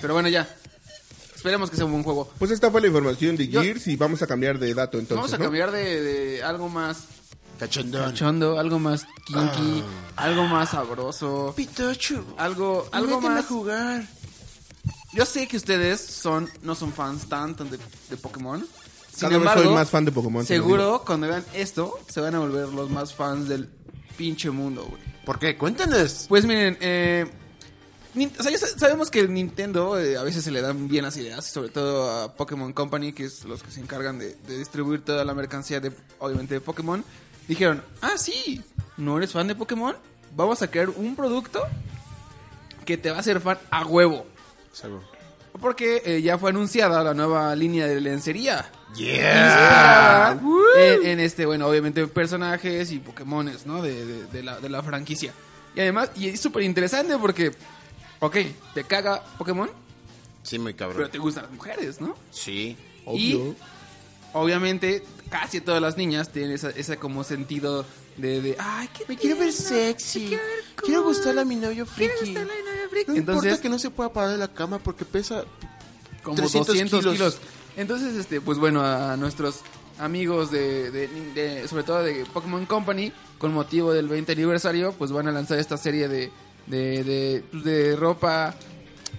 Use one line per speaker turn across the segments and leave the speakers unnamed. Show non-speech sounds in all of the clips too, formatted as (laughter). Pero bueno, ya. Esperemos que sea un buen juego.
Pues esta fue la información de
Yo-
Gears y vamos a cambiar de dato entonces.
Vamos a
¿no?
cambiar de, de algo más
Cachondón.
cachondo, algo más kinky,
Ah.
algo más sabroso. Pitocho.
Ah,
Algo, algo más.
jugar.
Yo sé que ustedes son, no son fans tan, tan de, de Pokémon. Sin
Cada vez
embargo,
soy más fan de Pokémon. te lo digo.
seguro cuando vean esto se van a volver los más fans del pinche mundo, güey.
¿Por qué? Cuéntenos.
Pues miren, eh, Nin- o sea, ya sa- sabemos que Nintendo eh, a veces se le dan bien las ideas, sobre todo a Pokémon Company, que es los que se encargan de, de distribuir toda la mercancía de, obviamente, de Pokémon. Dijeron, ah, sí, ¿no eres fan de Pokémon? Vamos a crear un producto que te va a hacer fan a huevo. Porque eh, ya fue anunciada la nueva línea de lencería. (laughs) Inspirada Ah. en, en este, bueno, obviamente personajes y Pokémones, ¿no? De, de- de la, de la franquicia. Y además, y es súper interesante porque, ok, te caga Pokémon,
Sí, muy
pero
cabrón.
te gustan las mujeres, ¿no?
Sí.
Y obviamente casi todas las niñas tienen esa- ese como sentido de, de, ay, qué
Me quiero ver
tierna,
sexy.
me
Quiero,
quiero ver cool,
gustarle a mi novio
quiero
friki.
gustarle a mi novia
No
friki".
Entonces,
Entonces,
importa que no se pueda parar de la cama porque pesa
como
300
200 kilos.
kilos.
Entonces, este, pues bueno, a nuestros amigos de, de- de- sobre todo de Pokémon Company, con motivo del 20 aniversario, pues van a lanzar esta serie de, de, de, pues, de ropa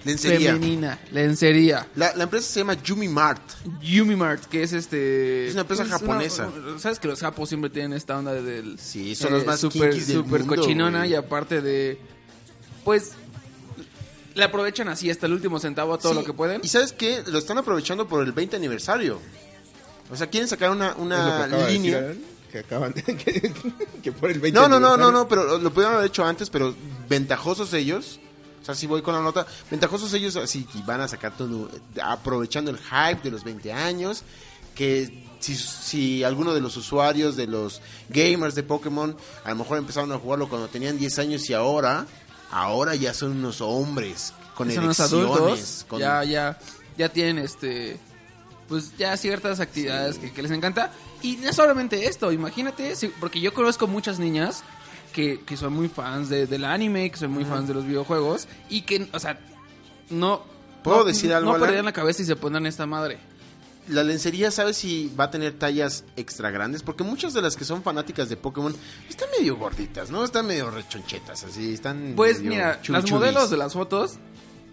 lencería.
femenina, lencería.
La, la empresa se llama Yumi Mart.
Yumi Mart, que es este...
Es una empresa
pues,
japonesa.
una- Sabes que los japos siempre tienen esta onda del... eh,
Sí, son los más
super,
kinkis del
super
mundo,
cochinona
güey.
y aparte de... Pues... Le aprovechan así hasta el último centavo todo
Sí,
lo que pueden.
Y sabes qué? Lo están aprovechando por el 20 aniversario. O sea, quieren sacar una,
Es lo que
una
acaba de decir ¿eh?
línea.
Alan, que acaban de- (laughs) que, que por el 20
no, no, no, no,
aniversario-
no, pero lo pudieron haber hecho antes, pero ventajosos ellos. O sea, si voy con la nota, ventajosos ellos así y van a sacar todo, aprovechando el hype de los 20 años, que si, si alguno de los usuarios, de los gamers de Pokémon, a lo mejor empezaron a jugarlo cuando tenían 10 años y ahora, ahora ya son unos hombres con
son los
elecciones
adultos
con
ya ya ya tienen este pues ya ciertas actividades que, que les encanta y no solamente esto imagínate si- porque yo conozco muchas niñas que, que son muy fans de- del anime que son muy fans de los videojuegos y que o sea no
¿Puedo
no-
decir algo,
no
Alan?
perderían la cabeza y se pondrán esta madre
la lencería sabe si va a tener tallas extra grandes, porque muchas de las que son fanáticas de Pokémon están medio gorditas, ¿no? Están medio rechonchetas, así, están
pues
medio
mira las
chunchuris.
modelos de las fotos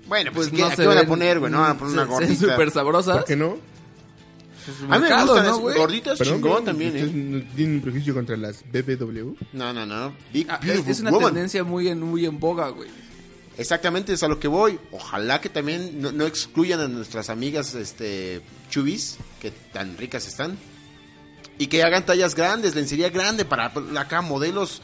Bueno, pues,
pues
¿qué-
no
a
se
qué van a
ven-
poner, güey? No van a
(laughs)
poner
se-
una
se ven
gordita.
súper sabrosas
¿Por qué no?
a mí me
mercado,
gustan
¿no,
las
güey?
gorditas
Perdón,
chingón
pero
también,
¿ustedes
¿eh?
no ¿Tienen un prejuicio contra las BBW?
No, no, no. Big
Ah, es,
Beautiful
es una
Woman.
tendencia muy en muy en boga güey
Exactamente, es a lo que voy. Ojalá que también no, no excluyan a nuestras amigas este chubis, que tan ricas están. Y que hagan tallas grandes, lencería grande para acá modelos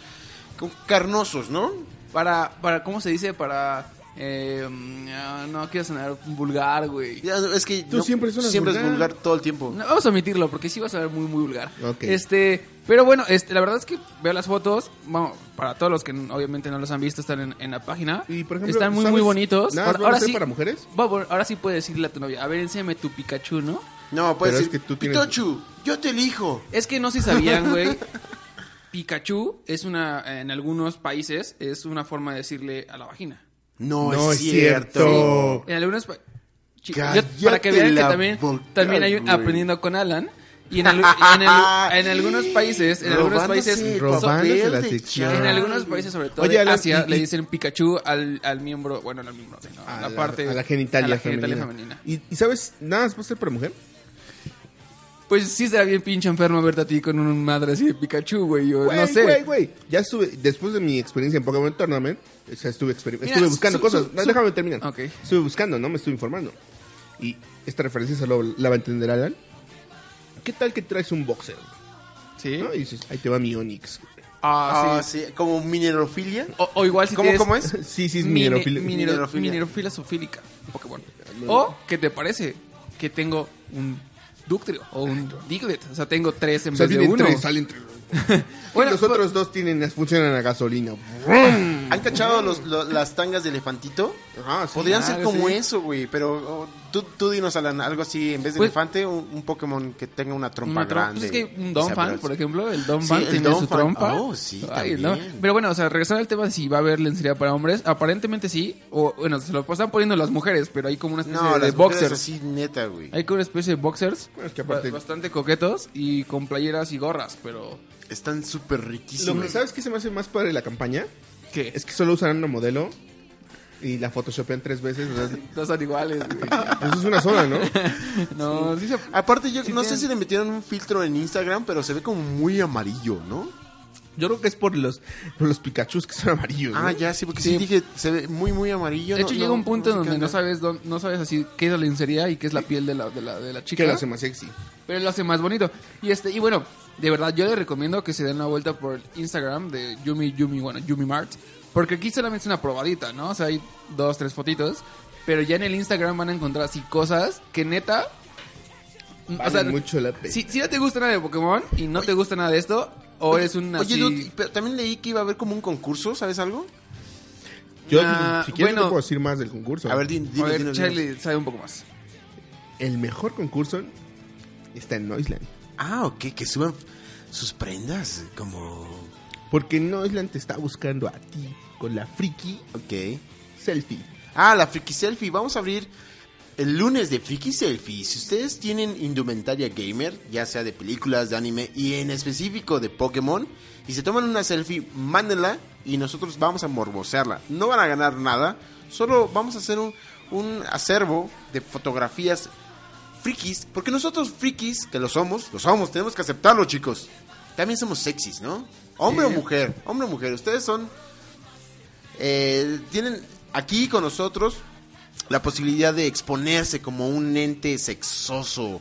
con- carnosos, ¿no?
Para, para, ¿cómo se dice? Para, eh, mm, ah, no quiero sonar vulgar, güey.
Ya, Es que
Tú
no-
siempre suenas
siempre es
vulgar.
vulgar todo el tiempo.
No, vamos a omitirlo porque sí va a sonar muy, muy vulgar.
Ok.
Este, pero bueno, este, la verdad es que veo las fotos, bueno, para todos los que n- obviamente no los han visto, están en, en la página.
Y, por ejemplo,
están muy,
¿sabes?
muy bonitos.
Nada, ¿van a ser para mujeres?
Va, bueno, ahora sí puedes decirle a tu novia, a ver, enséñame tu Pikachu, ¿no?
No, puedes
Pero
decir,
es que tú tienes-
"Pitochu, yo te elijo.
Es que no se sabían,
(laughs)
güey. Pikachu es una, en algunos países, es una forma de decirle a la vagina.
No,
No
es
es
cierto.
cierto.
En algunos pa- Chi-
Cállate
yo- para que vean que
la
también,
boca,
también hay un
güey.
aprendiendo con Alan. Y en, alu- en alu-
(laughs)
(laughs)
en algunos países, en algunos
Robándose el
países,
Robándose
papel
la
de
sección.
en
Charlie.
algunos países, sobre todo
Oye,
de
Alan,
Asia,
y-
le
y-
dicen Pikachu al, al miembro, bueno, no al miembro, sino a, la, parte,
a la genitalia,
a la genitalia
femenina.
femenina.
¿Y, y sabes, nada, ¿va a ser para mujer?
Pues sí será bien pinche enfermo verte a ti con un madre así de Pikachu, güey, yo
Güey,
Pues no sé.
Güey, güey, ya estuve, después de mi experiencia en Pokémon Tournament, o sea, estuve, experim-
Mira,
estuve buscando
su-
cosas.
su-
No,
su-
déjame terminar.
Ok.
Estuve buscando, ¿no? Me estuve informando. Y esta referencia solo la va a entender Alan. ¿Qué tal que traes un boxer?
¿Sí?
¿no? Y dices, ahí te va mi Onix.
Ah,
Ah,
sí.
sí, como minerofilia.
O, o igual si
¿Cómo,
tienes-
cómo es?
(laughs) Sí, sí, es
Mine-
minerofil-
minero-
Minerofilia.
minerofilia. sofílica. Pokémon. O, ¿qué te parece? Que tengo un Ductrio o un Diglett. O sea, tengo tres en
O sea,
vez de
vienen
uno.
tres, salen tres.
Bueno,
los otros dos tienen, funcionan a gasolina.
¿Han cachado los- lo- las tangas de elefantito?
Ajá, ah, sí.
Podrían
claro,
ser como
sí.
eso, güey, pero oh, tú, tú dinos, Alan, algo así, en vez de
Pues-
elefante, un, un Pokémon que tenga una trompa
Una trompa.
grande.
Pues es que un Don Fan,
sabrosa.
por ejemplo, el Don
Sí,
Fan
el
tiene
Don
su
Fan.
trompa.
Oh, sí,
Ay,
también.
Pero bueno, o sea, regresando al tema de si va a haber lencería para hombres, aparentemente sí. O bueno, se lo están poniendo las mujeres, pero hay como una especie
No,
de
las boxers.
boxers.
así, neta, güey.
Hay como una especie de boxers
Bueno, es que aparte-
ba- bastante coquetos y con playeras y gorras, pero
Están súper
Lo que
riquísimos.
sabes que se me hace más padre de la campaña
¿qué?
es que solo usarán una modelo y la photoshopean tres veces. o sea,
No son iguales. güey.
pues es una sola, ¿no?
no, sí se-
Aparte, yo
Sí,
no sé
tienen-
si le metieron un filtro en Instagram, pero se ve como muy amarillo, ¿no?
(laughs) Yo creo que es por los, por los Pikachu que son amarillos. ¿no?
Ah, ya, sí, porque sí.
Sí.
dije, se ve muy, muy amarillo.
De
no-
hecho,
no-
llega un punto
sé
en
qué
donde no
onda.
sabes dónde- no sabes así qué es la lencería y qué es la piel de la, de la, de la chica.
Que lo hace más sexy.
Pero lo hace más bonito. Y este, y bueno, de verdad, yo les recomiendo que se den una vuelta por Instagram de Yumi Yumi, bueno, Yumi Mart. Porque aquí solamente es una probadita, ¿no? O sea, hay dos, tres fotitos. Pero ya en el Instagram van a encontrar así cosas que neta. mm,
Vale mucho la pena.
Si, si no te gusta nada de Pokémon y no te gusta nada de esto, o eres un
Oye,
así-
dude, pero también leí que iba a haber como un concurso, ¿sabes algo?
Yo,
Ah,
si quieres,
bueno.
te puedo decir más del concurso.
A ver, di- dinos,
A ver,
dinos, dinos.
Charlie sabe un poco más.
El mejor concurso está en Noisland.
Ah, ok, que suban sus prendas, como...
Porque Noisland te está buscando a ti con la friki
Ok.
selfie.
Ah, la Friki Selfie. Vamos a abrir el lunes de Friki Selfie. Si ustedes tienen indumentaria gamer, ya sea de películas, de anime y en específico de Pokémon, y se toman una selfie, mándenla y nosotros vamos a morbosearla. No van a ganar nada, solo vamos a hacer un, un acervo de fotografías frikis, porque nosotros frikis, que lo somos, lo somos, tenemos que aceptarlo, chicos. También somos sexys, ¿no? Hombre
Sí.
o mujer, hombre o mujer, ustedes son eh, tienen aquí con nosotros la posibilidad de exponerse como un ente sexoso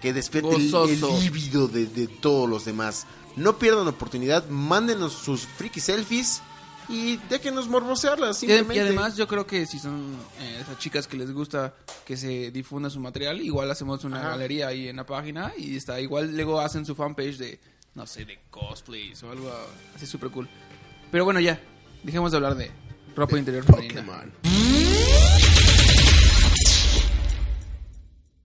que despierte el,
Gozoso.
el líbido de, de todos los demás. No pierdan oportunidad, mándenos sus friki selfies y déjenos morbosearlas
Y,
simplemente.
y además yo creo que si son eh, esas chicas que les gusta que se difunda su material, igual hacemos una
Ajá.
galería ahí en la página y está igual luego hacen su fanpage de no sé, de cosplays o algo así súper cool. Pero bueno, ya, dejemos de hablar de ropa interior femenina.
Pokémon.